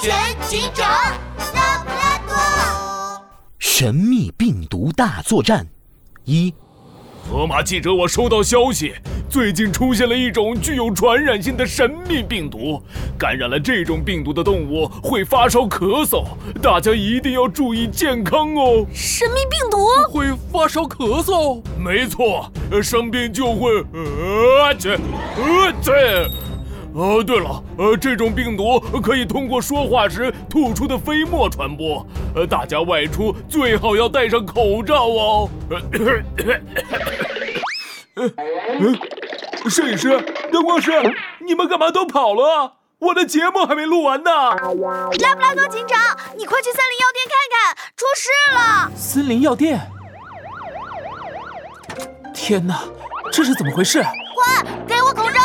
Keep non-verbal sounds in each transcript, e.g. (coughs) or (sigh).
全警长拉布拉多。神秘病毒大作战一，河马记者，我收到消息，最近出现了一种具有传染性的神秘病毒。感染了这种病毒的动物会发烧、咳嗽，大家一定要注意健康哦。神秘病毒会发烧咳嗽，没错，呃生病就会呃去呃去。哦，对了，呃，这种病毒可以通过说话时吐出的飞沫传播。呃，大家外出最好要戴上口罩哦。呃， (coughs) 呃摄影师、灯光师，你们干嘛都跑了？我的节目还没录完呢。拉布拉多警长，你快去森林药店看看，出事了！森林药店。天哪，这是怎么回事？快给我口罩！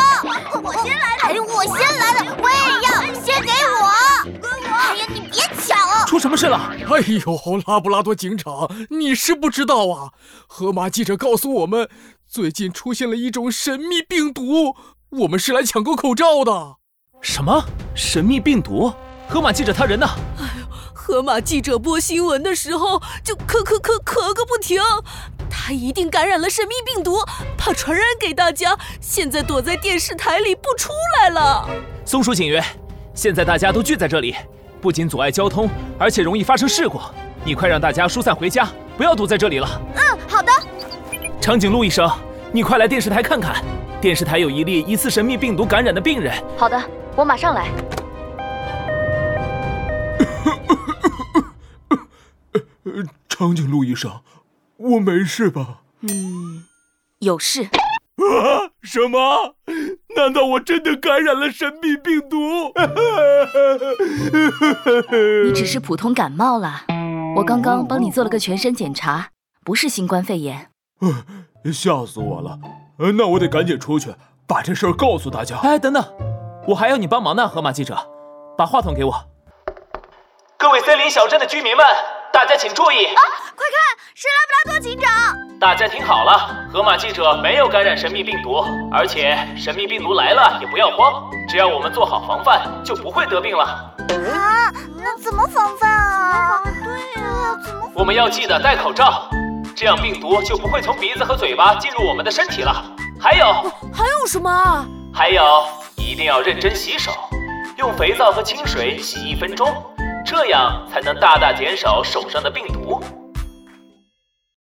我先来的，哎，我先来的，我也要，先给我！哎呀，你别抢啊！出什么事了？哎呦，拉布拉多警长，你是不知道啊！河马记者告诉我们，最近出现了一种神秘病毒，我们是来抢购口罩的。什么神秘病毒？河马记者他人呢？河马记者播新闻的时候就咳咳咳咳个不停，他一定感染了神秘病毒，怕传染给大家，现在躲在电视台里不出来了。松鼠警员，现在大家都聚在这里，不仅阻碍交通，而且容易发生事故。你快让大家疏散回家，不要堵在这里了。嗯好的，长颈鹿医生，你快来电视台看看，电视台有一例疑似神秘病毒感染的病人。好的，我马上来。呃长颈鹿医生，我没事吧？嗯，有事。啊！什么？难道我真的感染了神秘病 (laughs) 毒？你只是普通感冒啦，我刚刚帮你做了个全身检查，不是新冠肺炎。吓死我了！呃那我得赶紧出去，把这事儿告诉大家。哎，等等，我还要你帮忙呢，河马记者，把话筒给我。各位森林小镇的居民们，大家请注意，快看，是拉布拉多警长！大家听好了，河马记者没有感染神秘病毒，而且神秘病毒来了也不要慌，只要我们做好防范，就不会得病了。啊，那怎么防范啊？对呀，怎么？我们要记得戴口罩，这样病毒就不会从鼻子和嘴巴进入我们的身体了。还有，还有什么啊？还有，一定要认真洗手，用肥皂和清水洗一分钟，这样才能大大减少手上的病毒。